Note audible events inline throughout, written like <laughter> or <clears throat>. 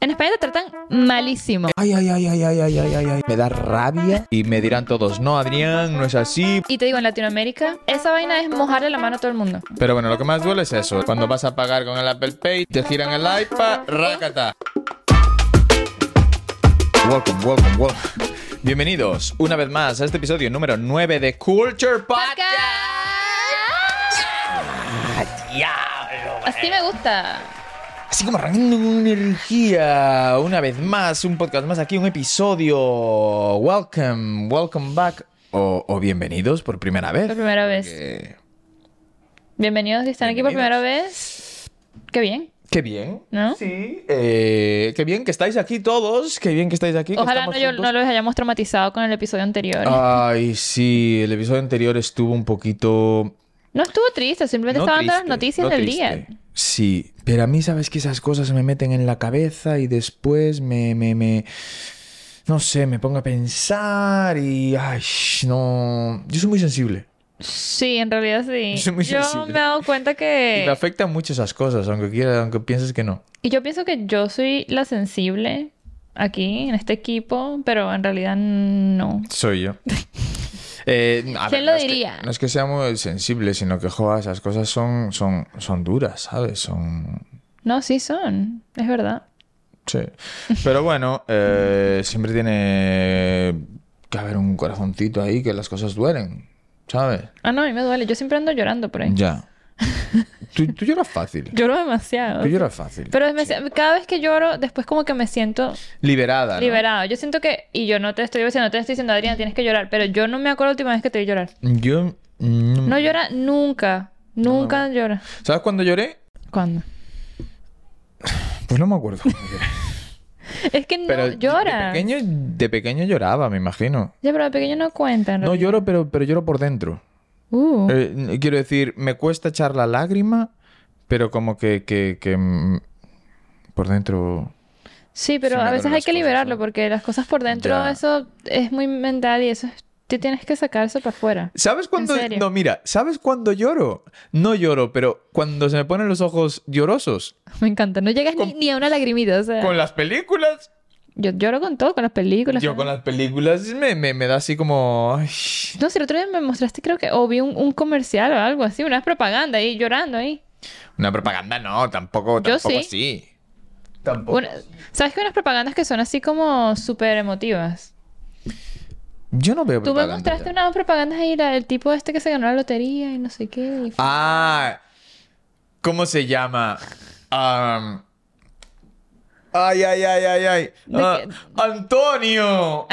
En España te tratan malísimo. Ay, ay, ay, ay, ay, ay, ay, ay, ay. Me da rabia y me dirán todos, no, Adrián, no es así. Y te digo, en Latinoamérica, esa vaina es mojarle la mano a todo el mundo. Pero bueno, lo que más duele es eso. Cuando vas a pagar con el Apple Pay, te giran el iPad, rácata. Welcome, welcome, welcome. Bienvenidos una vez más a este episodio número 9 de Culture Podcast. Así me gusta. Así como arrancando con energía. Una vez más, un podcast más aquí, un episodio. Welcome, welcome back. O, o bienvenidos por primera vez. Por primera vez. Eh, Bienvenidos que están aquí por Bienvenidos. primera vez. Qué bien, qué bien. ¿no? Sí. eh, qué bien que estáis aquí todos. Qué bien que estáis aquí. que Ojalá estamos no, yo- juntos. no los hayamos traumatizado con el episodio anterior. Ah. Ay, sí. El episodio anterior estuvo un poquito. no estuvo triste, simplemente no estaban dando las triste, noticias no del triste. día. Sí, pero a mí sabes que esas cosas me meten en la cabeza y después me, me, me- no sé, me pongo a pensar y, ay, no, yo soy muy sensible. Sí, en realidad sí. <laughs> Yo soy muy yo sensible. me he dado cuenta que... Y me afectan mucho esas cosas, aunque quiera, aunque pienses que no. Y yo pienso que yo soy la sensible aquí, en este equipo, pero en realidad no. Soy <laughs> yo. Eh, a ¿Quién ver, lo no es que- diría? no es que sea muy sensible, sino que, joder, esas cosas son, son, son duras, ¿sabes? Son, No, sí son, es verdad. <laughs> Sí. Pero bueno, eh, siempre tiene que haber un corazoncito ahí que las cosas duelen, ¿sabes? Ah, no, a mí me duele. Yo siempre ando llorando por ahí. Ya. Tú, tú lloras fácil. Lloro demasiado. Tú lloras fácil. Pero me- cada vez que lloro, después como que me siento Liberada. Ah, ¿no? liberado. Yo siento que... Y yo no te estoy diciendo, no te estoy diciendo, Adrián, tienes que llorar. Pero yo no me acuerdo la última vez que te vi llorar. Yo. mm, No llora nunca. Nunca llora. ¿Sabes cuándo lloré? ¿Cuándo? Pues no me <laughs> acuerdo. cuándo lloré. Es que no Pero llora. De pequeño, de pequeño lloraba, me imagino. Ya, pero de pequeño no cuenta, en No realidad. lloro, pero, pero lloro por dentro. Uh. Eh, quiero decir, me cuesta echar la lágrima, pero como que. que, que mm, por dentro. Sí, Sí pero me a duelen veces hay las que cosas, liberarlo ¿no? porque las cosas por dentro, Ya. eso es muy mental y eso es- te tienes que sacar eso para afuera. ¿Sabes cuándo? serio? No, mira, ¿sabes cuándo lloro? No lloro, pero cuando se me ponen los ojos llorosos Me encanta, no llegas ni, Con- ni a una lagrimita, o sea, con las películas. yo lloro con todo, con las películas. Yo con las películas me, me- me da así como... ay, No, si el otro día me mostraste, creo que, o vi un, un comercial o algo así, una propaganda ahí llorando ahí. Una propaganda no, tampoco, Yo tampoco sí. así. Tampoco. Una- ¿Sabes que hay unas propagandas que son así como súper emotivas? Yo no veo Tú me propaganda mostraste ya. unas propagandas ahí, la- el tipo este que se ganó la lotería y no sé qué. y- Ah, ¿cómo se llama? Am, ay, ay, ay, ay, ay. ¿De Ah, qué? Antonio.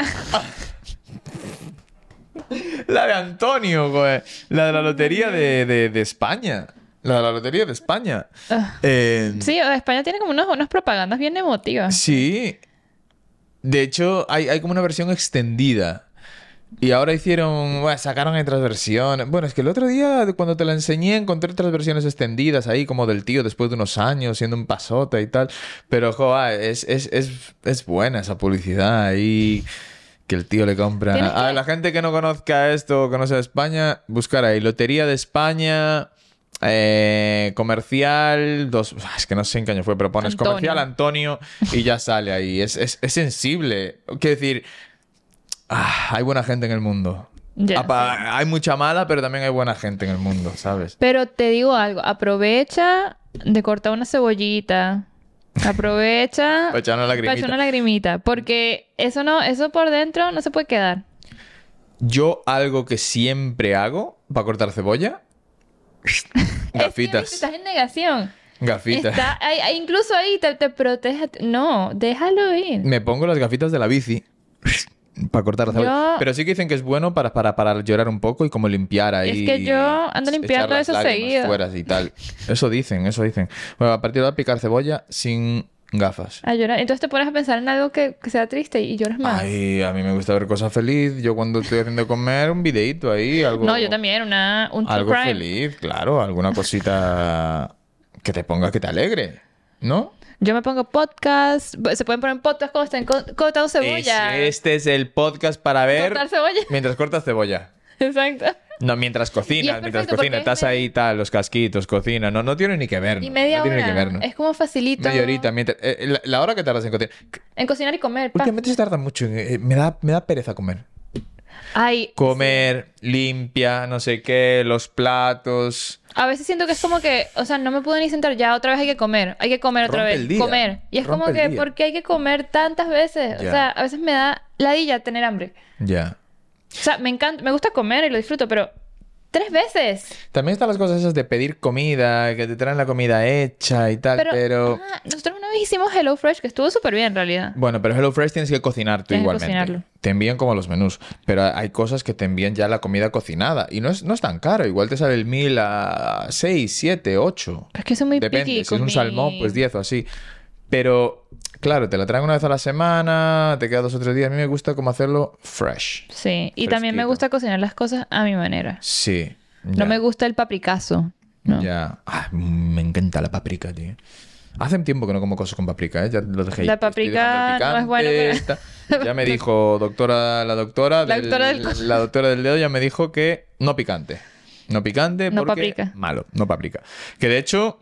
la de Antonio, güey. La de la lotería de, de- de España. La de la lotería de España. Ah. Eh, Sí, o sea, España tiene como unos- unas propagandas bien emotivas. Sí. De hecho, hay, hay como una versión extendida. Y ahora hicieron, bueno, sacaron otras versiones. Bueno, es que el otro día cuando te la enseñé encontré otras versiones extendidas ahí, como del tío después de unos años, siendo un pasota y tal. Pero, jo, ah, es, es, es, es buena esa publicidad ahí que el tío le Tienes compra. A que- la gente que no conozca esto, que no sea de España, buscar ahí Lotería de España, eh, comercial, dos... Es que no sé en qué año fue, pero pones Antonio. comercial Antonio y ya sale ahí. Es, es, es sensible. Quiero decir, ah, hay buena gente en el mundo. Ya, Apa- hay mucha mala, pero también hay buena gente en el mundo, ¿sabes? Pero te digo algo, aprovecha de cortar una cebollita. Aprovecha <laughs> Pa' echar una Pues lagrimita. pa' echar una lagrimita, porque eso no, eso por dentro no se puede quedar. Yo algo que siempre hago para cortar <laughs> cebolla. Es que, Gafitas. estás en negación. Gafitas. Está- ahí- ahí- incluso ahí te, te protege. No, déjalo ir. Me pongo las gafitas de la bici. <laughs> Para cortar la cebolla. Yo- Pero sí que dicen que es bueno para, para, para llorar un poco y como limpiar ahí. Es que yo ando echar limpiando las eso lágrimas seguido. fuera y tal. Eso dicen, eso dicen. Bueno, a partir de ahora picar cebolla sin gafas. A llorar. Entonces te pones a pensar en algo que, que sea triste y lloras más. Ay, a mí me gusta ver cosas feliz. Yo cuando estoy haciendo comer, un videito ahí, algo. no, yo también, una, un true Algo crime. feliz, claro. Alguna cosita que te ponga que te alegre. ¿No? Yo me pongo podcast. Se pueden poner podcast cuando estén co- cortando cebolla. Es- Este es el podcast para ver Cortar cebolla. <laughs> mientras cortas cebolla. Exacto. No, mientras Y es cocinas, mientras perfecto, porque cocinas, es estás medio- ahí, tal, los casquitos, cocina. No, no tiene ni que ver. Y no, media no tiene hora. ni que ver, ¿no? Es como facilito. Media horita, mientras- eh, eh, la, la hora que tardas en cocinar. En cocinar y comer. pa. Últimamente se tarda mucho. en- eh, me, da, me da pereza comer. Ay, Comer, limpia, no sé qué, los platos. a veces siento que es como que, o sea, no me puedo ni sentar. Ya otra vez hay que comer. Hay que comer otra Rompe vez. el día. Comer. Y es Rompe como el que, día. ¿por qué hay que comer tantas veces? O Ya. sea, a veces me da ladilla tener hambre. Ya. O sea, me encanta, me gusta comer y lo disfruto, pero tres veces. También están las cosas esas de pedir comida, que te traen la comida hecha y tal, Pero, pero... ah, nosotros una vez hicimos Hello Fresh, que estuvo súper bien en realidad. Bueno, pero HelloFresh tienes que cocinar tú Tienes que igualmente. cocinarlo. Te envían como los menús, pero hay cosas que te envían ya la comida cocinada y no es, no es tan caro. Igual te sale el mil a 6, 7, 8. Pero es que soy muy Depende, picky si es con un mi- salmón, pues 10 o así. Pero, claro, te la traen una vez a la semana, te queda dos o tres días. A mí me gusta como hacerlo fresh. Sí, y también me Fresquito. gusta cocinar las cosas a mi manera. Sí. No me gusta el papricazo. No. Ya. Ah, me encanta la paprika, tío. Hace un tiempo que no como cosas con paprika, ¿eh? Ya lo dejé. La Estoy paprika dejando el no es buena para- picante, está- Ya me dijo doctora, la doctora, La del, doctora del- <laughs> la doctora del dedo ya me dijo que no picante. No picante No porque paprika. malo, no paprika. Que de hecho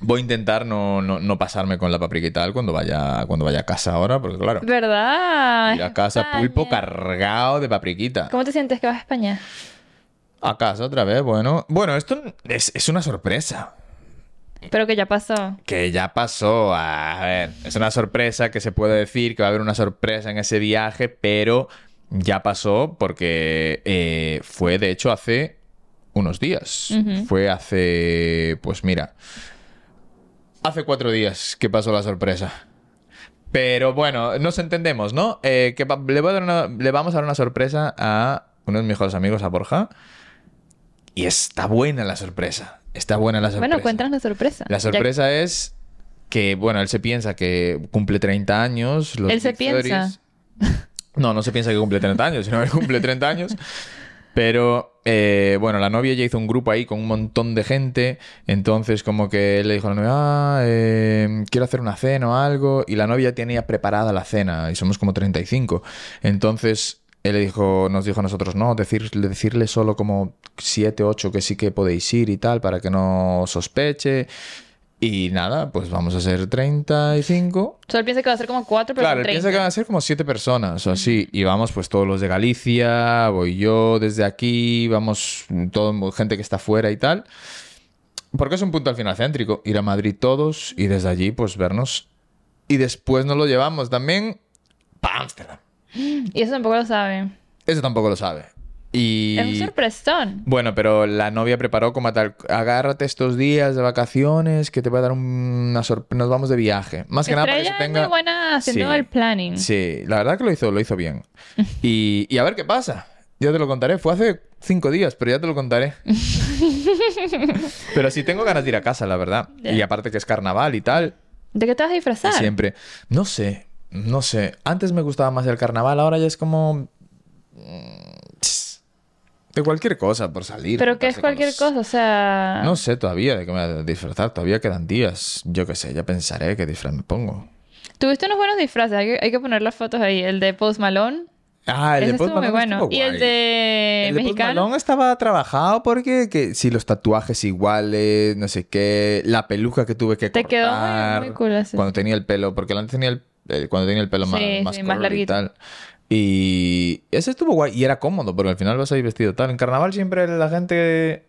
voy a intentar no, no, no pasarme con la paprika y tal cuando vaya, cuando vaya a casa ahora, porque claro, ¿Verdad? ir a casa España. pulpo cargado de papriquita. ¿Cómo te sientes que vas a España? A casa otra vez, bueno. Bueno, esto es- es una sorpresa. Pero que ya pasó. Que ya pasó. A ver, es una sorpresa que se puede decir que va a haber una sorpresa en ese viaje, pero ya pasó porque eh, fue de hecho hace unos días. Ujú. Fue hace. Pues mira. Hace cuatro días que pasó la sorpresa. Pero bueno, nos entendemos, ¿no? Eh, que va- le, voy a dar una- le vamos a dar una sorpresa a uno de mis mejores amigos, a Borja. Y está buena la sorpresa. Está buena la sorpresa. Bueno, cuéntanos la sorpresa. La Ya- sorpresa es que, bueno, él se piensa que cumple 30 años. Los Él se Big Theories- piensa. <laughs> No, no se piensa que cumple 30 años, sino que cumple 30 años. Pero, eh, bueno, la novia ya hizo un grupo ahí con un montón de gente. Entonces, como que él le dijo a la novia, ah, eh, quiero hacer una cena o algo. Y la novia tenía preparada la cena y somos como 35. Entonces, él le dijo, nos dijo a nosotros, no, decir, decirle solo como 7, 8 que sí que podéis ir y tal, para que no sospeche. Y nada, pues vamos a ser 35. Solo piensa que va a ser como cuatro, pero Claro, con él piensa 30. que van a ser como siete personas o así. Y vamos, pues todos los de Galicia, voy yo desde aquí, vamos, todo, gente que está fuera y tal. Porque es un punto al final céntrico, ir a Madrid todos y desde allí, pues vernos. Y después nos lo llevamos también para Ámsterdam. Y eso tampoco lo saben. Eso tampoco lo sabe. Y... Es un sorpresón. Bueno, pero la novia preparó como tal, agárrate estos días de vacaciones que te va a dar un- una sorpresa, nos vamos de viaje. Más que nada para que se Estrella es tenga... muy buena haciendo Sí. el planning. Sí, la verdad que lo hizo, lo <laughs> hizo bien. Y, y a ver qué pasa. Ya te lo contaré. Fue hace cinco días, pero ya te <laughs> lo contaré. pero sí tengo ganas de ir a casa, la verdad. Y aparte que es carnaval y tal. ¿De qué te vas a y disfrazar? siempre. No sé, no sé. Antes me gustaba más el carnaval, ahora ya es como. mm, tss, De cualquier cosa por salir. Pero que es juntarse con cualquier los- cosa, o sea... No sé todavía de qué me voy a disfrazar. Todavía quedan días. Yo qué sé, ya pensaré qué disfraz me pongo. Tuviste unos buenos disfraces, hay que, hay que poner las fotos ahí. El de Post Malone. Ah, el ese de Post estuvo muy bueno. Malone estuvo y el guay. de El de Post mexicano. Malone estaba trabajado porque que, si los tatuajes iguales, no sé qué, la peluca que tuve que Te cortar. quedó muy, muy cool ese. Cuando tenía el pelo, porque antes tenía el, eh, cuando tenía el pelo más, Sí, más, sí, más corto y larguito. tal. Y ese estuvo guay y era cómodo porque al final vas ahí vestido tal. En carnaval siempre la gente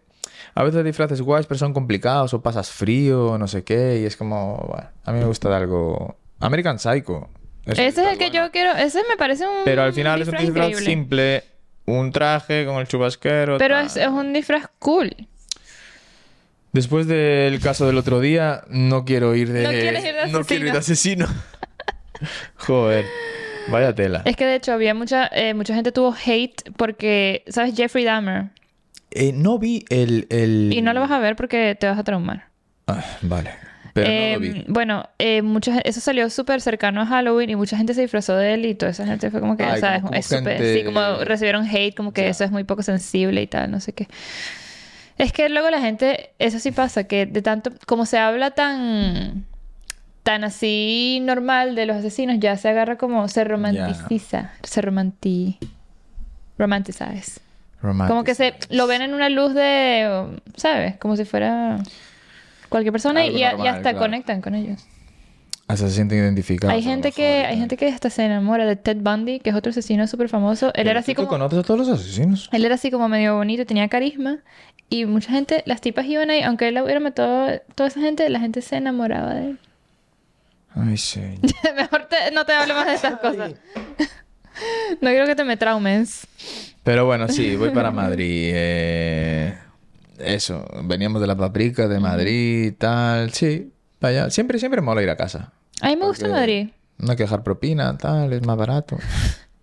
a veces disfraces guays pero son complicados o pasas frío, no sé qué y es como, bueno, a mí me gusta de algo American Psycho. Ese es el que yo yo quiero... Ese me parece un pero al final es un disfraz increíble. simple. Un traje con el chubasquero. Pero tal. es, es un disfraz cool. Después del caso del otro día, no quiero ir de. No quieres ir de no quiero ir de asesino. <laughs> Joder. Vaya tela. Es que de hecho había mucha... eh, mucha gente tuvo hate porque... ¿Sabes? Jeffrey Dahmer. Eh, no vi el, el- Y no lo vas a ver porque te vas a traumar. Ah, vale. Pero no lo Em, vi. Bueno, eh, mucha gen- eso salió súper cercano a Halloween y mucha gente se disfrazó de él y toda esa gente fue como que, o Ay, sea, como- es, como es súper- gente- sí, como recibieron hate, como que Ya. eso es muy poco sensible y tal, no sé qué. Es que luego la gente, eso sí pasa, que de tanto, como se habla tan, tan así normal de los asesinos, ya se agarra como, se romanticiza, se romanti, romanticize. Romantic. Como que se lo ven en una luz de, ¿sabes? Como si fuera cualquier persona y, Algo y a- y normal, hasta claro. conectan con ellos. Hasta se sienten identificados. hay gente que hay gente que hasta se enamora de Ted Bundy, que es otro asesino súper famoso. Él era así como conoces a todos los asesinos. él era así como medio bonito, tenía carisma y mucha gente, las tipas iban ahí, aunque él hubiera matado a toda esa gente, la gente se enamoraba de él. <laughs> Ay, sí. Mejor te- no te hable más de estas cosas. no quiero que te me traumes. Pero bueno, sí, voy para Madrid. eh, eso, veníamos de la paprika de Madrid, tal, sí, para allá. Siempre, siempre mola ir a casa. A mí me gusta Porque Madrid. No hay que dejar propina, tal, es más barato.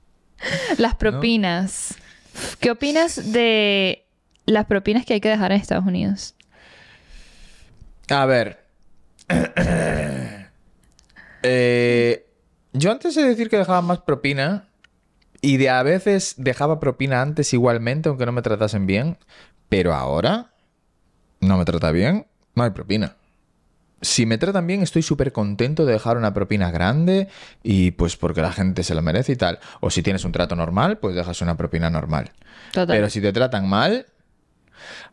<laughs> Las propinas. ¿Qué opinas de las propinas que hay que dejar en Estados Unidos? A ver. <clears throat> Eh, yo antes de decir que dejaba más propina, y de a veces dejaba propina antes igualmente, aunque no me tratasen bien, pero ahora no me trata bien, no hay propina. Si me tratan bien, estoy súper contento de dejar una propina grande y pues porque la gente se la merece y tal. O si tienes un trato normal, pues dejas una propina normal. Total. Pero si te tratan mal,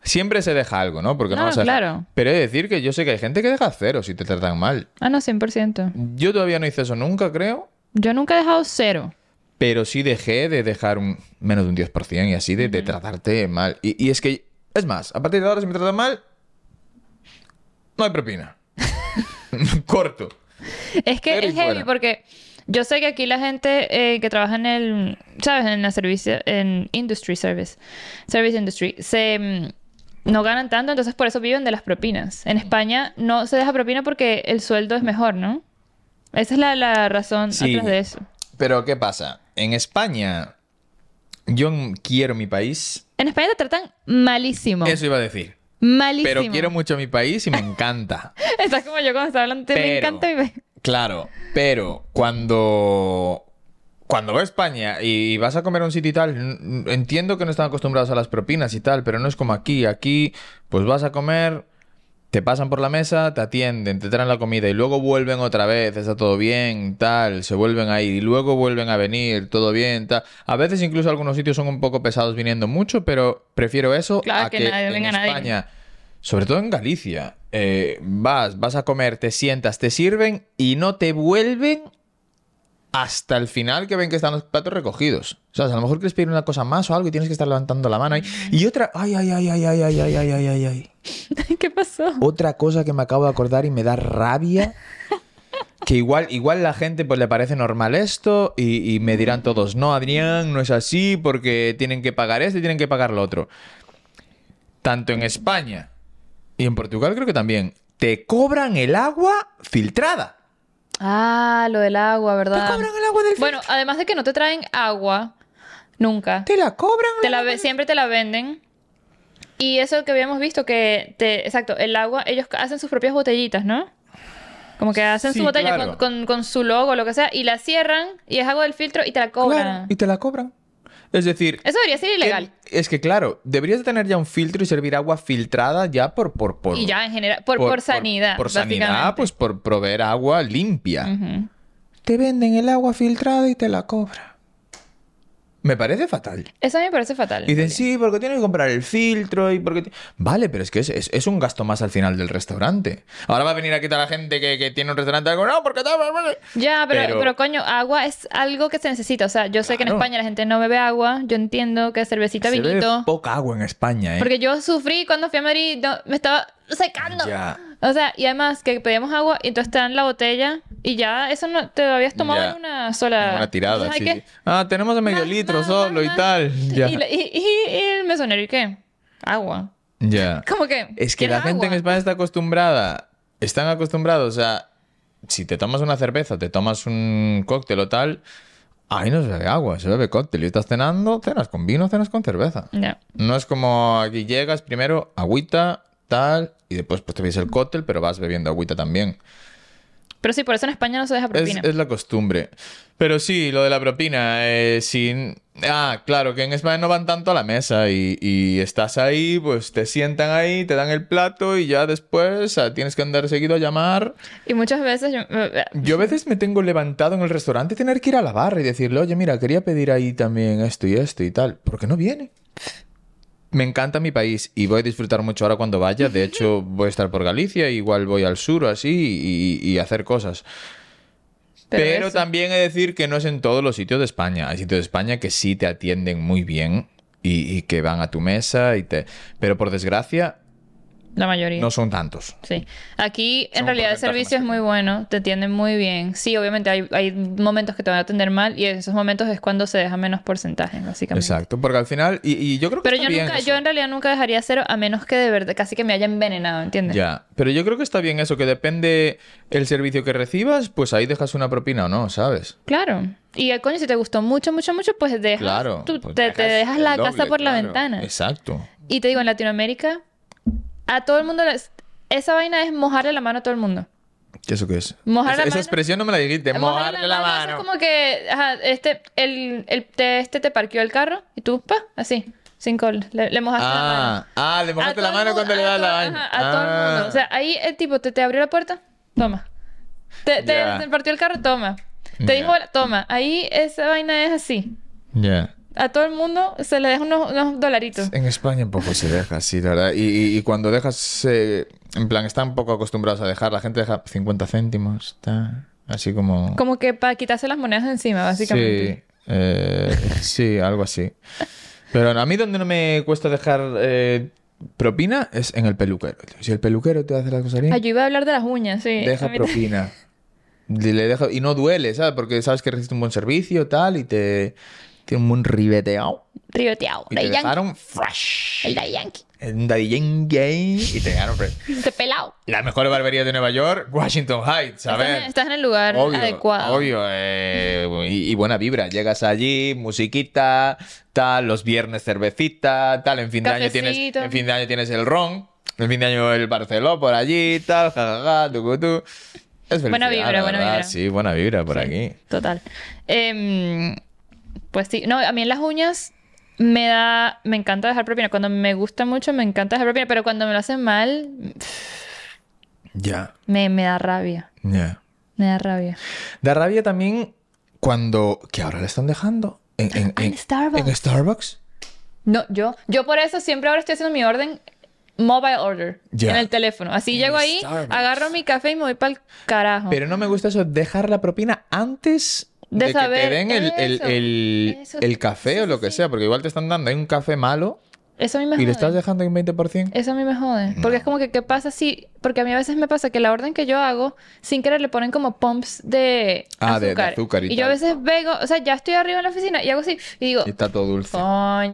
siempre se deja algo, ¿no? Porque no, No, vas a dejar- Ah, claro. Pero he de decir que yo sé que hay gente que deja cero si te tratan mal. Ah, no, 100%. Yo todavía no hice eso nunca, creo. Yo nunca he dejado cero. Pero sí dejé de dejar un menos de un 10% y así de, de tratarte mal. Y, y es que, es más, a partir de ahora si me tratan mal, no hay propina. <laughs> Corto. Es que Pero y es heavy fuera. porque yo sé que aquí la gente eh, que trabaja en el, ¿sabes? En la servicio, en industry service, service industry, se mm, no ganan tanto, entonces por eso viven de las propinas. En España no se deja propina porque el sueldo es mejor, ¿no? Esa es la, la razón Sí. atrás de eso. Pero ¿qué pasa? En España, yo quiero mi país. En España te tratan malísimo. Eso iba a decir. Malísimo. Pero quiero mucho mi país y me encanta. <laughs> Estás como yo cuando estaba hablando, te me Pero- encanta y me... <laughs> Claro, pero cuando cuando va a España y vas a comer a un sitio y tal, n- n- entiendo que no están acostumbrados a las propinas y tal, pero no es como aquí. Aquí, pues vas a comer, te pasan por la mesa, te atienden, te traen la comida y luego vuelven otra vez, está todo bien, tal, se vuelven a ir y luego vuelven a venir, todo bien, tal. A veces incluso algunos sitios son un poco pesados viniendo mucho, pero prefiero eso Claro, a que que, nadie en venga nadie. España sobre todo en Galicia, eh, vas, vas a comer, te sientas, te sirven y no te vuelven hasta el final que ven que están los platos recogidos. O sea, a lo mejor quieres pedir una cosa más o algo y tienes que estar levantando la mano ahí. Y otra, ay, ay, ay, ay, ay, ay, ay, ay, ay, ay, ay. ¿Qué pasó? Otra cosa que me acabo de acordar y me <laughs> da rabia. Que igual, igual la gente pues le parece normal esto y, y me dirán todos, no, Adrián, no es así porque tienen que pagar esto y tienen que pagar lo otro. Tanto en España y en Portugal creo que también, te cobran el agua filtrada. Ah, lo del agua, Te ¿verdad? cobran el agua del Bueno, además de que no te traen agua nunca, Te la cobran. te la ve- siempre te la venden. Y eso que habíamos visto que te, exacto, el agua, ellos hacen sus propias botellitas, ¿no? Como que hacen Sí, su botella con, claro. con- con su logo, lo que sea, y la cierran y es agua del filtro y te la cobran. Claro, y te la cobran. Es decir, Eso debería ser ilegal. que- es que claro, deberías de tener ya un filtro y servir agua filtrada ya por... por, por y ya en general, por, por, sanidad. Por, sanidad, básicamente. pues por proveer agua limpia. Ujú. Te venden el agua filtrada y te la cobran. Me parece fatal. Eso a mí me parece fatal. Y dicen, sí, porque tienes que comprar el filtro y porque... ti-". Vale, pero es que es, es- es un gasto más al final del restaurante. Ahora va a venir aquí toda la gente que, que tiene un restaurante algo, no, porque tal... bla, bla, bla". Ya, pero, Pero- pero... coño, agua es algo que se necesita. O sea, yo sé que en Claro. España la gente no bebe agua. Yo entiendo que cervecita, Se bebe vinito. poca agua en España, ¿eh? Porque yo sufrí cuando fui a Madrid, no, me estaba secando. Ya. O sea, y además que pedíamos agua y entonces te dan la botella y ya eso no te lo habías tomado Ya. en una sola. En una tirada, Entonces, sí. hay que- Ah, tenemos medio más, litro más, solo más, y más. tal. Ya. Y, la- y- y- y el mesonero, ¿y qué? Agua. ya. Como que. Es que la ¿quieres gente en agua? España está acostumbrada. Están acostumbrados a. Si te tomas una cerveza, te tomas un cóctel o tal. Ahí no se bebe agua, se bebe cóctel. Y estás cenando, cenas con vino, cenas con cerveza. Ya. No es como aquí llegas primero, agüita, tal. Y después pues, te pides el cóctel, pero vas bebiendo agüita también. Pero sí, por eso en España no se deja Es, propina. es la costumbre. Pero sí, lo de la propina, eh, sin... Ah, claro, que en España no van tanto a la mesa y, y estás ahí, pues te sientan ahí, te dan el plato y ya después ah, tienes que andar seguido a llamar. Y muchas veces. yo- eh, Yo a veces me tengo levantado en el restaurante y tener que ir a la barra y decirle, oye, mira, quería pedir ahí también esto y esto y tal. ¿Por qué no viene? me encanta mi país y voy a disfrutar mucho ahora cuando vaya. De hecho, voy a estar por Galicia, igual voy al sur así y, y hacer cosas. Pero, Pero eso. también he de decir que no es en todos los sitios de España. Hay sitios de España que sí te atienden muy bien y, y que van a tu mesa y te... Pero por desgracia, La mayoría. no son tantos. Sí. Aquí, Son en un realidad, el porcentaje servicio es más muy bueno. Te atienden muy bien. Sí, obviamente, hay, hay momentos que te van a atender mal y en esos momentos es cuando se deja menos porcentaje, básicamente. Exacto, porque al final... Y, y yo creo que Pero está yo bien nunca, eso. yo en realidad nunca dejaría cero a menos que de verdad casi que me haya envenenado, ¿entiendes? Ya, pero yo creo que está bien eso, que depende el servicio que recibas, pues ahí dejas una propina o no, ¿sabes? Claro. Y eh, coño, si te gustó mucho, mucho, mucho, pues dejas, Claro. tú- pues te, te dejas el la doble, casa por la claro. ventana. Exacto. Y te digo, en Latinoamérica, a todo el mundo, les- esa vaina es mojarle la mano a todo el mundo. ¿Qué eso qué es? Mojar Es- la esa mano. expresión no me la dijiste, Mojarle mojarle la mano. eso Es como que, ajá, este, el, el, te, este te parqueó el carro y tú, pa, así, sin col, le, le mojaste la mano. Ah, ah, le mojaste A la todo el mano mundo- cuando le a das la Ah. todo- mano. ajá, A todo el mundo. O sea, ahí el tipo te, te abrió la puerta, toma. Te, te- Ya. te partió el carro, toma. Te Ya. dijo, toma. Ahí esa vaina es así. Ya. A todo el mundo se le deja unos, unos dolaritos. En España un poco se deja, sí, la verdad. Y, y- y cuando dejas, eh, en plan, están poco acostumbrados a dejar, la gente deja 50 céntimos, ta, así como... Como que para quitarse las monedas de encima, básicamente. Sí, eh, sí, algo así. Pero a mí donde no me cuesta dejar eh, propina es en el peluquero. tío. Si el peluquero te hace las cosas bien, Ah, yo iba a hablar de las uñas, sí. A deja mí- <laughs> propina. Le le deja- y no duele, ¿sabes? Porque sabes que recibiste un buen servicio, tal, y te tiene un buen ribeteado. Ribeteado. Y Daddy te Yankee, dejaron fresh. El Daddy Yankee. En Daddy Yankee, Y te dejaron pues, fresh. Te pelado. La mejor barbería de Nueva York, Washington Heights, a Estás en, ver. estás en el lugar Obvio, adecuado. obvio eh, y, y buena vibra. Llegas allí, musiquita, tal, los viernes cervecita, tal, en fin de año tienes, Cafecito. en fin de año tienes el ron, en fin de año el Barceló por allí, tal, jajaja, tu, tu. Es Buena felicidad, vibra, la buena verdad. vibra. Sí, buena vibra por aquí. Total. Em, pues sí, no, a mí en las uñas me da, me encanta dejar propina. Cuando me gusta mucho, me encanta dejar propina, pero cuando me lo hacen mal, Ya, me, me da rabia. ya. Me da rabia. Da rabia también cuando. que ahora le están dejando. En, en- En en- Starbucks. en Starbucks. No, yo, yo por eso siempre ahora estoy haciendo mi orden mobile order Ya. en el teléfono. Así En llego ahí, Starbucks. agarro mi café y me voy para el carajo. Pero no me gusta eso, dejar la propina antes De de, que te saber, den el, el- eso, el- eso, el café sí, o lo sí, que sí. sea, porque igual te están dando ahí un café malo eso a mí me y jode. le estás dejando ahí un 20%. Eso a mí me jode. Porque es como que, ¿qué pasa si...? Porque a mí a veces me pasa que la orden que yo hago, sin querer le ponen como pumps de Ah, de- de azúcar. azúcar y yo a tal. veces vengo, o sea, ya estoy arriba en la oficina y hago así y digo, Y está todo dulce. Oh. coño.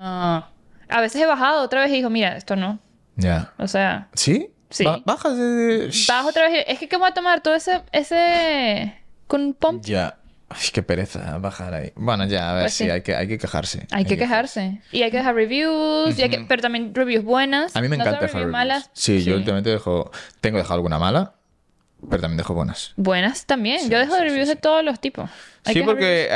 A veces he bajado otra vez y digo, mira, esto no. Ya. O sea, ¿Sí? Sí. Ba- bajas de... bajo otra vez y es que ¿qué voy a tomar todo ese... ese con pump? Ya. Ay, qué pereza bajar ahí. Bueno, ya, a ver, Pues sí, sí. hay que, hay que quejarse. Hay que quejarse. Y hay que dejar reviews, y hay que, pero también reviews buenas. A mí me No encanta solo dejar reviews reviews. malas. Sí, yo últimamente dejo... Tengo dejado alguna mala, pero también dejo buenas. Buenas también. Sí, yo dejo sí, sí, reviews sí. de todos los tipos. Hay Sí, que dejar porque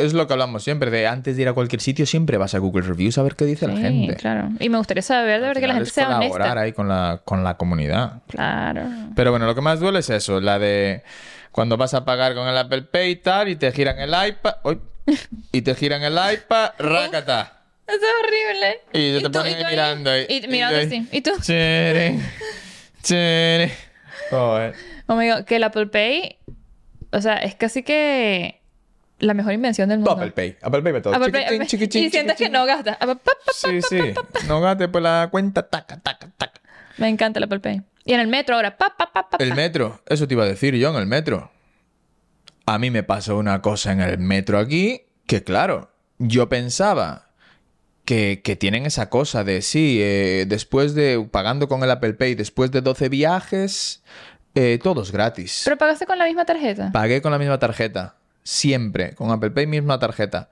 eh, es lo que hablamos siempre, de antes de ir a cualquier sitio siempre vas a Google Reviews a ver qué dice la Sí, gente. claro. Y me gustaría saber de Al verdad que la final gente es sea colaborar honesta. ahí con la, con la comunidad. Claro. Pero bueno, lo que más duele es eso, la de cuando vas a pagar con el Apple Pay y tal, y te giran el iPad, uy, y te giran el <laughs> iPad, rácata. Eso es horrible. Y se te tú- ponen tú ahí mirando ahí. Y mirando así. Y tú, Chere, chere. Joder. oh my God, que el Apple Pay, o sea, es casi que la mejor invención del mundo. Apple Pay, Apple Pay para todo. Apple Pay, Chiquitín, Apple- <laughs> chiquitín, y sientes que chiquitín. no gastas. Apple- pa, pa. Sí, sí. No gaste por la cuenta, taca, taca, taca. Me encanta el Apple Pay. Y en el metro ahora, pa, pa, pa, pa, El pa. metro, eso te iba a decir yo en el metro. A mí me pasó una cosa en el metro aquí que, claro, yo pensaba que, que tienen esa cosa de sí, eh, después de pagando con el Apple Pay, después de 12 viajes, eh, todo es gratis. Pero pagaste con la misma tarjeta. Pagué con la misma tarjeta, siempre, con Apple Pay, misma tarjeta.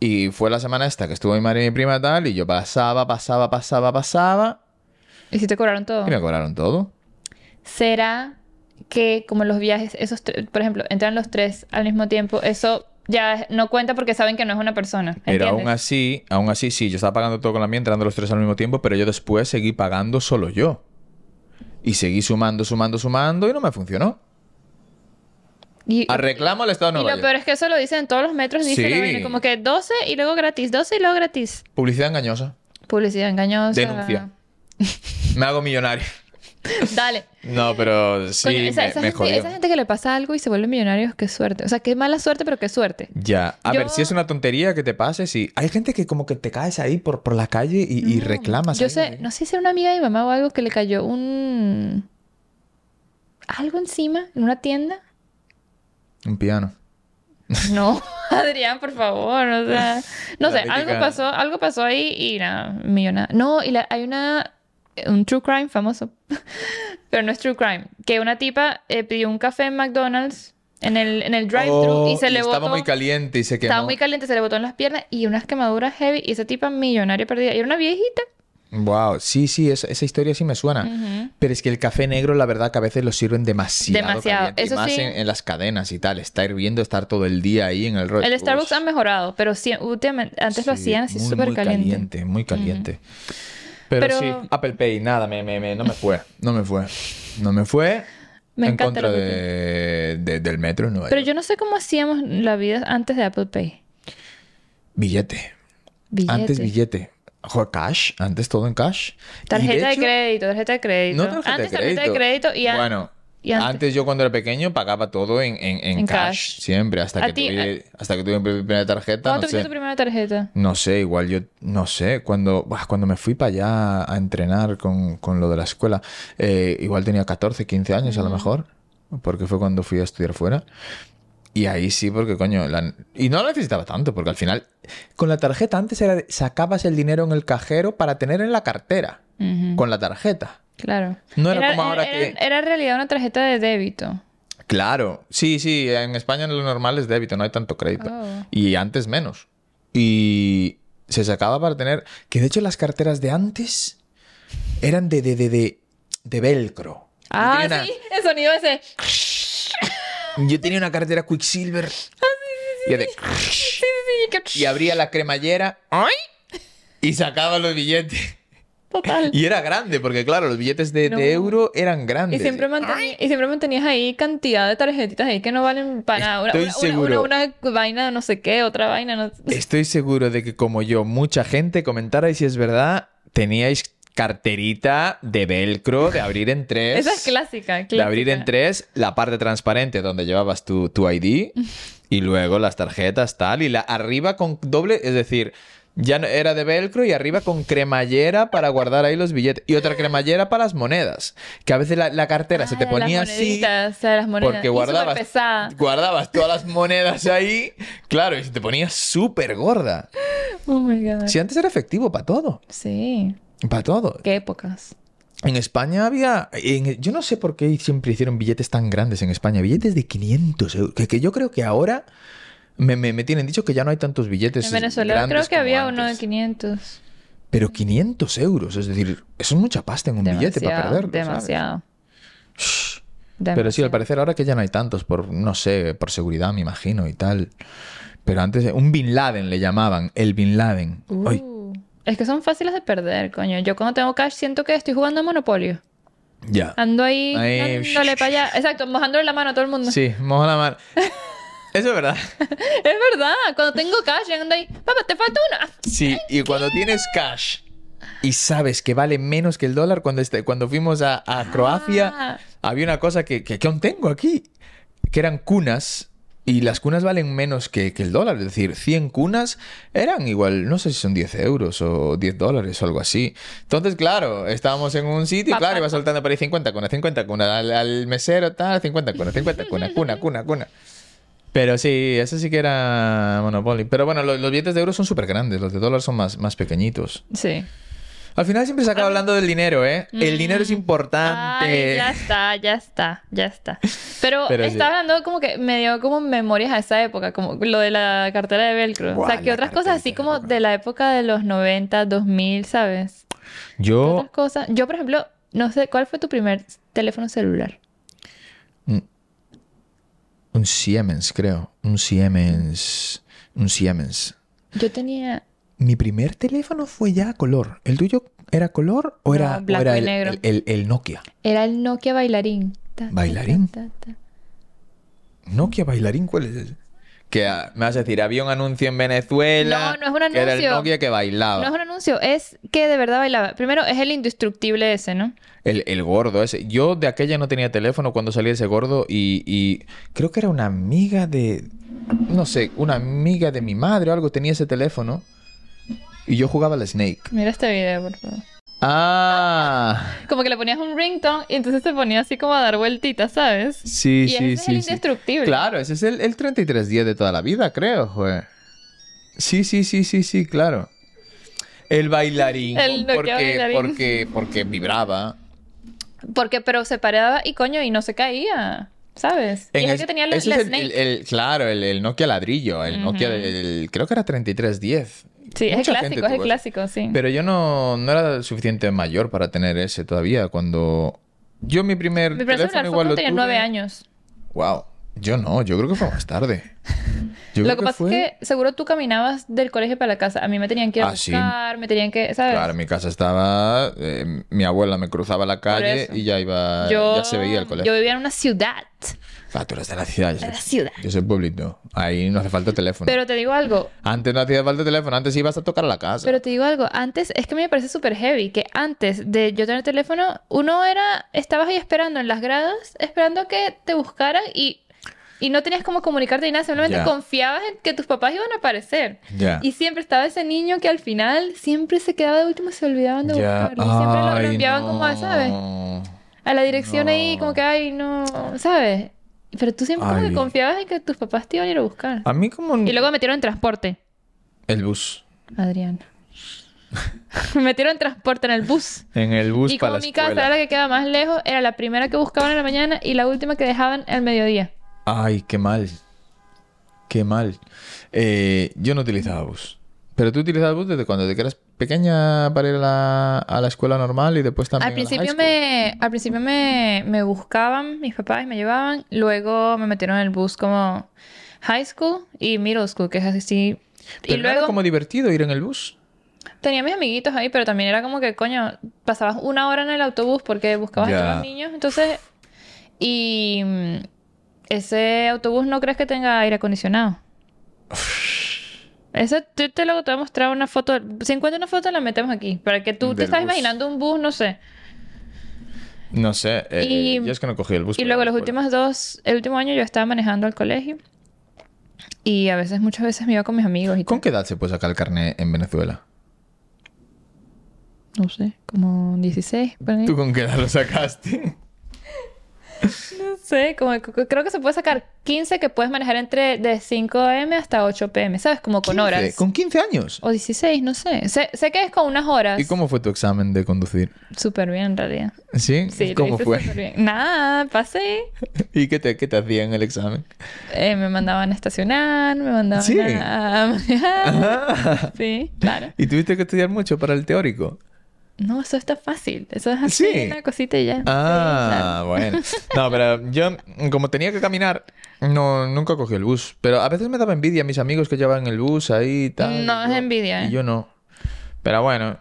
Y fue la semana esta que estuvo mi madre y mi prima tal, y yo pasaba, pasaba, pasaba, pasaba, Y si te cobraron todo. y me cobraron todo. ¿Será que como los viajes, esos tres, por ejemplo, entran los tres al mismo tiempo, eso ya no cuenta porque saben que no es una persona? Pero aún ¿entiendes? así, aún así sí, yo estaba pagando todo con la mía, entrando los tres al mismo tiempo, pero yo después seguí pagando solo yo. Y seguí sumando, sumando, sumando y no me funcionó. Y- A reclamo al Estado de Y Nueva lo peor York. es que eso lo dicen en todos los metros, dicen Sí. la vaina, como que 12 y luego gratis, 12 y luego gratis. Publicidad engañosa. Publicidad engañosa. Denuncia. Me hago millonario. <laughs> Dale. No, pero sí, Coño, esa, me, esa me gente, jodió. esa gente que le pasa algo y se vuelve millonarios, qué suerte. O sea, qué mala suerte, pero qué suerte. Ya, a Yo- ver, si es una tontería que te pase, sí. Hay gente que como que te caes ahí por, por la calle y, y No. reclamas. Yo ahí, sé, no sé si era una amiga de mi mamá o algo que le cayó un. algo encima en una tienda. Un piano. No, <laughs> Adrián, por favor, o sea, no La sé, algo típica- pasó, algo pasó ahí y nada, millonada. No, y la- hay una eh, un true crime famoso, <laughs> pero no es true crime, que una tipa eh, pidió un café en McDonald's en el en el drive-thru Oh, y se le Estaba botó muy caliente y se quemó. estaba muy caliente, se le botó en las piernas y unas quemaduras heavy y esa tipa millonaria perdida, y era una viejita. Wow, sí, sí, esa, esa historia sí me suena. Ujú. Pero es que el café negro, la verdad, que a veces lo sirven demasiado. Demasiado, caliente, y eso más sí. en, en las cadenas y tal. Está hirviendo, estar todo el día ahí en el rollo. El Starbucks Pues, Ush. han mejorado, pero sí, últimamente antes lo Sí, hacían así muy, súper muy caliente. Muy caliente, Pero, Pero- sí, Apple Pay, nada, me, me- me- no me fue. No me fue. No me fue. Me en encanta contra lo que de, de- del metro en Nueva Pero York. yo no sé cómo hacíamos la vida antes de Apple Pay. Billete. Billete. Antes billete. Ojo, cash. Antes todo en cash. Y Tarjeta de, hecho- crédito, tarjeta de crédito. No tarjeta antes de tarjeta crédito. de crédito y an- Bueno, y antes. antes. yo cuando era pequeño pagaba todo en, en, en En cash, cash. Siempre. Hasta A que, ti, tuve, hasta que tuve mi primera tarjeta. ¿Cuándo no tuviste sé. tu primera tarjeta? No sé, igual yo, no sé, cuando, buah, cuando me fui para allá a entrenar con, con lo de la escuela, eh, igual tenía 14, 15 años a Mm. lo mejor, porque fue cuando fui a estudiar fuera. Y ahí sí, porque coño, la- y no la necesitaba tanto, porque al final, con la tarjeta antes era, de- sacabas el dinero en el cajero para tener en la cartera, Ujú, con la tarjeta. Claro. No era como ahora era- que- Era en realidad una tarjeta de débito. Claro, sí, sí, en España lo normal es débito, no hay tanto crédito. Oh. Y antes menos. Y se sacaba para tener... Que de hecho las carteras de antes eran de, de, de, de, de velcro. Yo Ah, tenía una- sí, el sonido ese. Yo tenía una cartera Quicksilver. Ah, y era de- Sí, sí, sí, Y que- abría la cremallera ¡ay! y sacaba los billetes. Total. Y era grande, porque claro, los billetes de, de No. euro eran grandes. Y siempre, mantení- y siempre mantenías ahí cantidad de tarjetitas ahí que no valen para nada. Una, Estoy una- una- seguro. una- una vaina de no sé qué, otra vaina. No... Estoy seguro de que como yo, mucha gente comentara y si es verdad, teníais carterita de velcro, de abrir en tres. Esa es clásica. De abrir clásica. en tres la parte transparente donde llevabas tu, tu ID y luego las tarjetas tal y la arriba con doble, es decir, ya no- era de velcro y arriba con cremallera para guardar ahí los billetes y otra cremallera para las monedas, que a veces la, la cartera se te Ah, ponía las así moneditas, o sea, las monedas. porque Y súper guardabas pesada. guardabas todas las monedas ahí, claro, y se te ponía súper gorda. Oh my God. Si antes era efectivo para todo, Sí. para todo. Qué épocas. En España había. en- yo no sé por qué siempre hicieron billetes tan grandes en España. Billetes de 500 euros. Que, que yo creo que ahora. Me, me- me tienen dicho que ya no hay tantos billetes. En Venezuela grandes creo que como había antes. uno de 500. Pero 500 euros. Es decir, eso es mucha pasta en un billete para perderlo. ¿sabes? Demasiado. Pero sí, al Demasiado. parecer ahora que ya no hay tantos. Por, no sé, por seguridad, me imagino y tal. Pero antes. Un Bin Laden le llamaban. El Bin Laden. Ay, Uh, es que son fáciles de perder, coño. Yo cuando tengo cash siento que estoy jugando a Monopolio. ya. Ando ahí Ahí, dándole para allá. Exacto, mojándole la mano a todo el mundo. Sí, moja <laughs> la mano. Eso es verdad. Es verdad. Cuando tengo cash, ando ahí. Papá, te falta uno. Ah, Sí, y cuando tienes cash y sabes que vale menos que el dólar, cuando, este, cuando fuimos a, a Croacia, Ah. había una cosa que, que, que aún tengo aquí, que eran cunas. Y las cunas valen menos que, que el dólar, es decir, 100 cunas eran igual, no sé si son 10 euros o 10 dólares o algo así. Entonces, claro, estábamos en un sitio, y Papá. claro, iba soltando por ahí 50 cunas, 50 cunas, al, al mesero tal, 50 cunas, 50 cunas, cuna, cuna, cuna. Pero sí, ese sí que era Monopoly. Pero bueno, lo- los, billetes de euros son súper grandes, los de dólar son más, más pequeñitos. Sí. Al final siempre se acaba hablando del dinero, ¿eh? El dinero es Mm. Ay, importante. ya está, ya está, ya está. Pero, <laughs> Pero sí. estaba hablando como que me dio como memorias a esa época, como lo de la cartera de velcro. o Buah, sea, que la otras cosas así carterita de como velcro. de la época de los 90, 2000, ¿sabes? ¿Qué Yo, Otras cosas. Yo, por ejemplo, no sé, ¿cuál fue tu primer teléfono celular? un Siemens, creo. Un Siemens. Un Siemens. Yo tenía... Mi primer teléfono fue ya a color. ¿El tuyo era color No, o era, o blanco era y el, negro. el- el- el Nokia? Era el Nokia Bailarín. Ta, ta, ¿Bailarín? ta, ta, ta. ¿Nokia bailarín? ¿Cuál es ese? Que ah, me vas a decir, había un anuncio en Venezuela. No, no es un Que era el anuncio. Nokia que bailaba. No es un anuncio, es que de verdad bailaba. Primero, es el indestructible ese, ¿no? El, el gordo ese. Yo de aquella no tenía teléfono cuando salía ese gordo y, y creo que era una amiga de... No sé, una amiga de mi madre o algo tenía ese teléfono y yo jugaba al Snake. Mira este video, por favor. Ah, Como que le ponías un ringtone y entonces te ponía así como a dar vueltitas, ¿sabes? sí, y sí, ese es sí, el sí. indestructible. Claro, ese es el, el 3310 de toda la vida, creo, güey. Sí, sí, sí, sí, sí, claro. El bailarín. El Nokia porque, bailarín. Porque, porque vibraba. Porque, pero se paraba y coño, y no se caía, ¿sabes? y En es el es- que tenía la, ese la es el- Snake. el- el- claro, el, el Nokia ladrillo, el Nokia, Ujú. el- creo que era 3310. sí, es el mucha gente clásico, es el tuvo ese. clásico, sí. Pero yo no, no era suficiente mayor para tener ese todavía. Cuando yo mi primer Mi primer celular fue teléfono igual cuando lo tenía tuve- nueve años. Wow, yo no, yo creo que fue <laughs> más tarde. Yo creo Lo que pasa fue- es que seguro tú caminabas del colegio para la casa. A mí me tenían que ir a Ah, sí. buscar, me tenían que, ¿sabes? Claro, mi casa estaba, eh, mi abuela me cruzaba la calle eso. y ya iba, yo, ya se veía el colegio. Yo vivía en una ciudad. Ah, tú eres de la ciudad, De yo soy, la ciudad. yo soy pueblito. Ahí no hace falta teléfono. Pero te digo algo, Antes no hacía falta teléfono, antes ibas a tocar a la casa. Pero te digo algo, antes, es que me parece súper heavy, que antes de yo tener teléfono, uno era, estabas ahí esperando en las gradas, esperando a que te buscaran y, y no tenías cómo comunicarte ni nada, simplemente Ya. Ah. confiabas en que tus papás iban a aparecer. Ya. Y siempre estaba ese niño que al final siempre se quedaba de último y se olvidaban de Ya. buscarlo. Y siempre lo- lo, Ay, enviaban como a, ¿sabes? no. A la dirección ahí, No. como que, ay, no, ¿sabes? Pero tú siempre como Ay. Ah. que confiabas en que tus papás te iban a ir a buscar. A mí como... Y luego me metieron en transporte. El bus. Adrián. <laughs> me metieron en transporte en el bus. En el bus y para como la mi casa escuela. era la que quedaba más lejos, era la primera que buscaban en la mañana y la última que dejaban al mediodía. Ay, qué mal. Qué mal. Eh, yo no utilizaba bus. Pero tú utilizabas bus desde cuando te eras pequeña para ir a la, a la escuela normal y después Al también a la high principio, school. me, al principio me, me buscaban mis papás y me llevaban. Luego me metieron en el bus como high school y middle school, que es así. y Pero no era luego como divertido ir en el bus. tenía mis amiguitos ahí, pero también era como que, coño, pasabas una hora en el autobús porque buscabas a Ya. todos los niños. Entonces, y mm, ese autobús no crees que tenga aire acondicionado. Eso te, te lo te voy a mostrar una foto. Si encuentro una foto, la metemos aquí. Para que tú te Del estás bus. imaginando un bus, no sé. No sé. eh, Y- yo es que no cogí el bus. Y para ir a luego la los escuela. últimos dos, el último año yo estaba manejando al colegio. Y a veces, muchas veces me iba con mis amigos y ¿Con tal. qué edad se puede sacar el carnet en Venezuela? No sé, como 16. por ahí. ¿Tú con qué edad lo sacaste? No sé, como que- que- creo que se puede sacar 15 que puedes manejar entre de 5 m hasta 8 pm, ¿sabes? Como con 15, horas. ¿Con 15 años? O 16, no sé. sé. sé que es con unas horas. ¿Y cómo fue tu examen de conducir? Súper bien, en realidad. ¿Sí? Sí, lo ¿Cómo hice fue? súper bien. Nada, pasé. ¿Y qué te, qué te hacía en <laughs> el examen? Eh, me mandaban a estacionar, me mandaban Sí. a a manejar. Ah. Sí, claro. ¿Y tuviste que estudiar mucho para el teórico? No, eso está fácil. Eso es así, Sí. una cosita y ya. Sí, Ah, bueno. No, pero yo, como tenía que caminar, no, nunca cogí el bus. Pero a veces me daba envidia a mis amigos que llevaban el bus ahí y tal. No, y es yo- envidia, ¿eh? Y yo no. Pero bueno,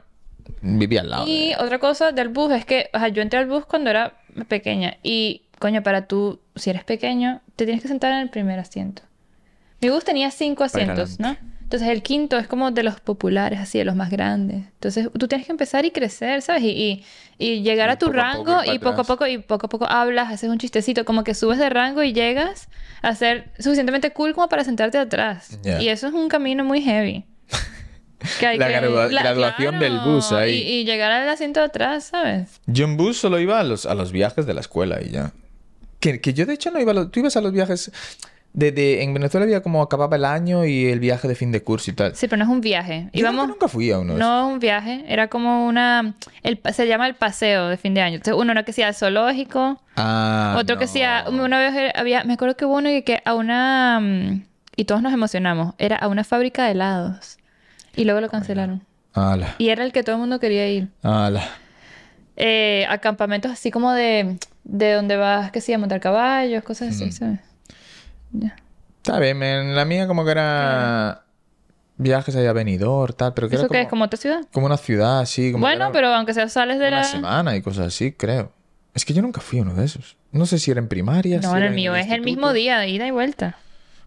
vivía al lado. claro. de- Y otra cosa del bus es que, o sea, yo entré al bus cuando era pequeña y, coño, para tú, si eres pequeño, te tienes que sentar en el primer asiento. Mi bus tenía cinco Para ir asientos, ¿no? Entonces el quinto es como de los populares, así, de los más grandes. Entonces tú tienes que empezar y crecer, ¿sabes? Y, y- y llegar Y a tu poco a poco rango ir para y poco a atrás. poco y poco a poco hablas, haces un chistecito, como que subes de rango y llegas a ser suficientemente cool como para sentarte atrás. Ya. Y eso es un camino muy heavy. Que hay La gradua- graduación del bus ahí. Y, y llegar al asiento de atrás, ¿sabes? Yo en bus solo iba a los, a los viajes de la escuela y ya. Que, que yo de hecho no iba a los... Tú ibas a los viajes... De, de- en Venezuela había como acababa el año y el viaje de fin de curso y tal. Sí, pero no es un viaje. Yo creo que Íbamos, nunca fui a uno de no es un viaje, era como una... El, pa- se llama el paseo de fin de año. Entonces, uno no que sea al zoológico, Ah, otro que no. sea... Una vez había... Me acuerdo que hubo uno que, que a una... mm, Y todos nos emocionamos. Era a una fábrica de helados. Y luego lo cancelaron. Ala, Y era el que todo el mundo quería ir. ala. Eh, a campamentos así como de... De donde vas, que sí, a montar caballos, cosas así, ¿sabes? Ya. Está bien, men. La mía como que era... Viajes ahí a Benidorm, tal, pero que ¿Eso era qué como, es? ¿Como otra ciudad? como una ciudad así. Como que Bueno, era pero aunque sea sales de Una la... semana y cosas así, creo. Es que yo nunca fui a uno de esos. No sé si era en primaria. si No, en era el mío es el instituto. mismo día, de ida y vuelta.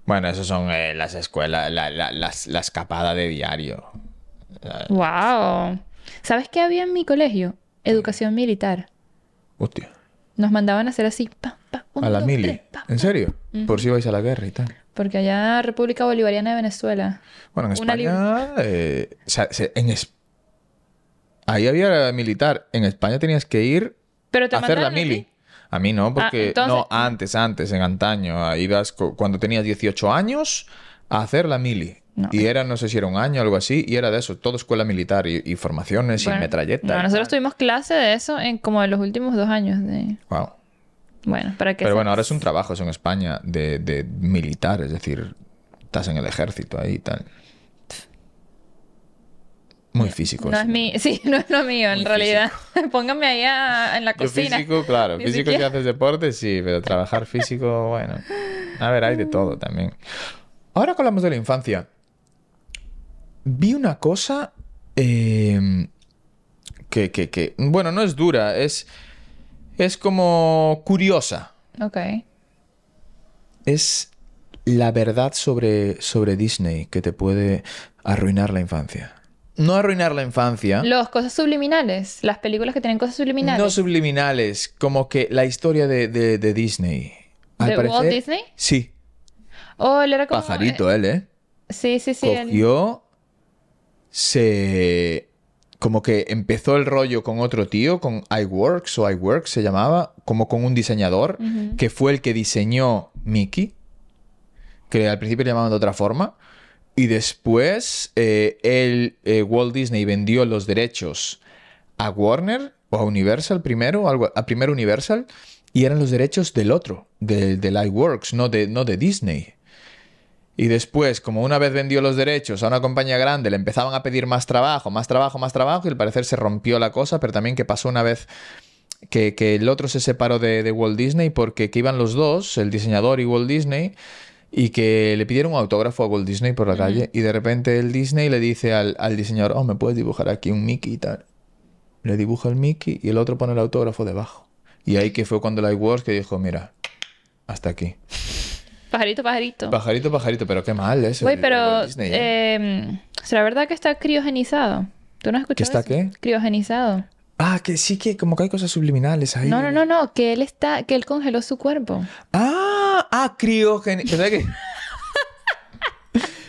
Bueno, eso son eh, las escuelas, la, la- las- la escapada de diario. ¡Wow! ¿Sabes qué había en mi colegio? Educación militar. Hostia. Nos mandaban a hacer así. pa, pa, un, A la dos, mili. tres, pa, ¿En pa. serio? Por si vais a la guerra y tal. Porque allá República Bolivariana de Venezuela. Bueno, en Una España. eh, o sea, se- en es- Ahí había militar. En España tenías que ir Pero te a hacer la mandaron a ti. Ah, mili. A mí no, porque. entonces- No, antes, antes, en antaño. Ahí ibas co- cuando tenías 18 años a hacer la mili. No. Y era, no sé si era un año o algo así, y era de eso, todo escuela militar y, y formaciones Bueno, y metralletas. no, y nosotros tal. tuvimos clase de eso en como en los últimos dos años. de- Wow. Bueno, para que Pero se- bueno, ahora es un trabajo, eso en España, de, de militar, es decir, estás en el ejército ahí y tal. Muy físico. No sí. es mi... <laughs> Sí, no es lo mío, en Muy realidad. <laughs> Pónganme ahí a- en la Yo cocina. físico, claro. Ni físico si siquiera. haces deporte, sí, pero trabajar físico, bueno. A ver, hay de todo también. Ahora que hablamos de la infancia, vi una cosa eh, que, que, que, bueno, no es dura, es, es como curiosa. Ok. ¿Ah? es la verdad sobre, sobre Disney que te puede arruinar la infancia. No arruinar la infancia, Los cosas subliminales. Las películas que tienen cosas subliminales. no subliminales, como que la historia de, de- de Disney. Al ¿De parecer, Walt Disney? Sí, Oh, él era como... pajarito él, ¿eh? Sí, sí, sí. él- Cogió, se... Como que empezó el rollo con otro tío, con iWorks o iWorks se llamaba, como con un diseñador, Ujú. que fue el que diseñó Mickey, que al principio le llamaban de otra forma, y después eh, él, eh, Walt Disney vendió los derechos a Warner o a Universal primero, algo, a primero Universal, y eran los derechos del otro, del, del iWorks, no de, no de Disney. Y después, como una vez vendió los derechos a una compañía grande, le empezaban a pedir más trabajo, más trabajo, más trabajo, y al parecer se rompió la cosa, pero también que pasó una vez que, que el otro se separó de, de Walt Disney porque que iban los dos, el diseñador y Walt Disney, y que le pidieron un autógrafo a Walt Disney por la calle, y de repente el Disney le dice al, al diseñador, oh, me puedes dibujar aquí un Mickey y tal. Le dibuja el Mickey y el otro pone el autógrafo debajo. Y ahí que fue cuando la iWorks que dijo, mira, hasta aquí. Pajarito, pajarito. Pajarito, pajarito, pero qué mal eso. Güey, de- de pero... Walt Disney, ¿eh? eh, ¿Será verdad que está criogenizado? ¿Tú no has escuchado ¿Que está eso? qué? Criogenizado. Ah, que sí que como que hay cosas subliminales ahí. No, no, no, no. Que él está... Que él congeló su cuerpo. Ah, ah, criogen... Pensaba que... <laughs>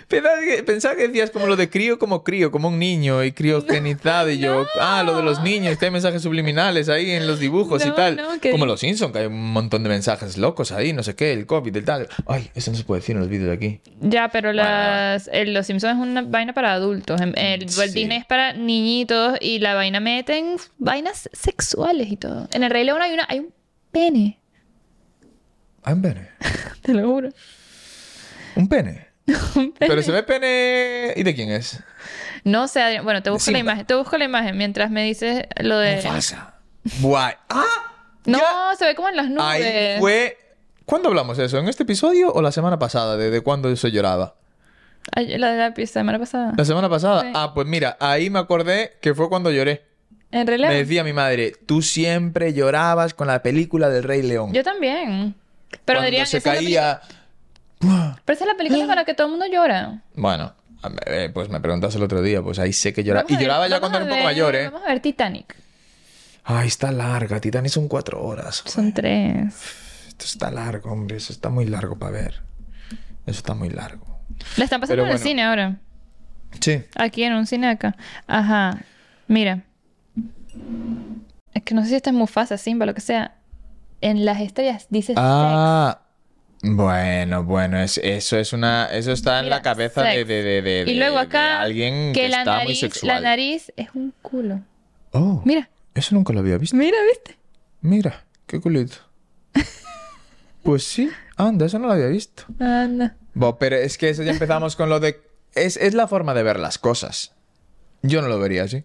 Pensaba que, pensaba que decías como lo de crío como crío, como un niño y criogenizado <laughs> y yo, ah, lo de los niños, que hay mensajes subliminales ahí en los dibujos y No, tal. no, que- Como los Simpson, que hay un montón de mensajes locos ahí, no sé qué, el COVID, el tal. Ay, eso no se puede decir en los vídeos de aquí. Ya, pero Bueno, las, el- los Simpsons es una vaina para adultos. El, el Walt Mm, Sí. Disney es para niñitos y la vaina meten vainas sexuales y todo. En el Rey León hay, una, hay un pene, <laughs> Ah, un pene. te lo juro. Un pene. <laughs> Un pene. Pero se ve pene... ¿Y de quién es? No sé, Adrián. Bueno, te busco la Simba. imagen. Te busco la imagen mientras me dices lo de. Mufasa. Guay. ¡Ah! No, eh. ya. se ve como en las nubes. Ahí fue. ¿Cuándo hablamos de eso? ¿En este episodio o la semana pasada? ¿De, de cuándo eso lloraba? Ay, la de la pista semana pasada. ¿La semana pasada? Sí. Ah, pues mira, ahí me acordé que fue cuando lloré. En Rey Me León. decía mi madre, tú siempre llorabas con la película del Rey León. Yo también. Pero cuando dirían se esa es la película- caía. ¡buah! Pero esa es la película con la que todo el mundo llora. Bueno, a ver, eh, pues me preguntas el otro día, pues ahí sé que lloraba. Vamos Y a ver- lloraba ya vamos cuando a era un poco ver- mayor, ¿eh? Vamos a ver Titanic. Ay, está larga, Titanic son cuatro horas. Son tres. Esto está largo, hombre, eso está muy largo para ver. Eso está muy largo. La están pasando Pero en el bueno. cine ahora. Sí. Aquí en un cine acá. Ajá. Mira. Es que no sé si esta es Mufasa, Simba, lo que sea. En las estrellas dice Ah, bueno, bueno, es- eso es una, eso está en Mira, la cabeza de, sex. de- de- de- sex. Y luego de- de acá alguien que, está muy nariz, la sexual. nariz es un culo. Oh, Mira, eso nunca lo había visto. mira, ¿viste? Mira, <laughs> qué culito. pues sí, anda, eso no lo había visto. Anda. Bo, pero es que eso ya empezamos con lo de, es, es la forma de ver las cosas. Yo no lo vería así.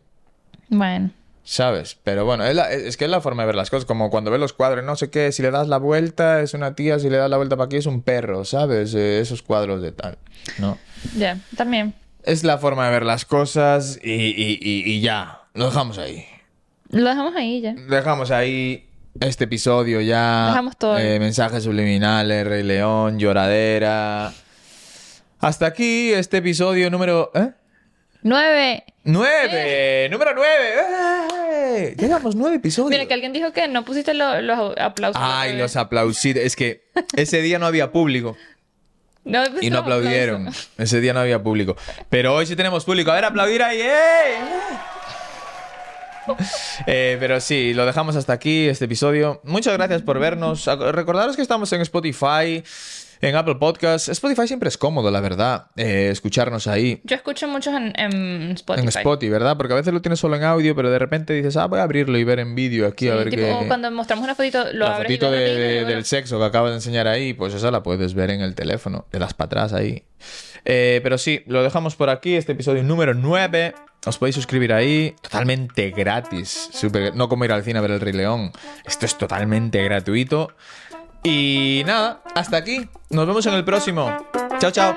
Bueno. ¿Sabes? Pero bueno, es, la- es que es la forma de ver las cosas. Como cuando ves los cuadros, no sé qué, si le das la vuelta es una tía, si le das la vuelta para aquí es un perro, ¿sabes? Eh, esos cuadros de tal, ¿no? Ya, también. Es la forma de ver las cosas y, y- y- y ya. Lo dejamos ahí. Lo dejamos ahí ya. Dejamos ahí este episodio ya. Dejamos todo. Eh, mensajes subliminales, Rey León, lloradera. Hasta aquí este episodio número... ¿eh? Nueve. ¡Nueve! ¡Número nueve! ¡Eh! Ya llevamos nueve episodios. Eh. Mira, que alguien dijo que no pusiste lo- los aplausos. Ay, los aplausitos. Es que ese día no había público. No, Y pusiste <laughs> no los aplausos. aplaudieron. Ese día no había público. Pero hoy sí tenemos público. A ver, aplaudir ahí. ¡eh! <laughs> Eh, pero sí, lo dejamos hasta aquí, este episodio. Muchas gracias por vernos. Ac- Recordaros que estamos en Spotify, en Apple Podcasts. Spotify siempre es cómodo, la verdad, eh, escucharnos ahí. Yo escucho muchos en, en Spotify. En Spotify, ¿verdad? Porque a veces lo tienes solo en audio, pero de repente dices, ah, voy a abrirlo y ver en vídeo aquí, a Sí, ver tipo, qué... cuando mostramos una fotito, lo la abres fotito y lo de- abres y de- luego lo- del sexo que acabas de enseñar ahí, pues esa la puedes ver en el teléfono, te das para atrás ahí. Eh, pero sí, lo dejamos por aquí, este episodio número 9. Os podéis suscribir ahí, totalmente gratis. Súper- no como ir al cine a ver el Rey León. Esto es totalmente gratuito. Y nada, hasta aquí. Nos vemos en el próximo. Chao, chao.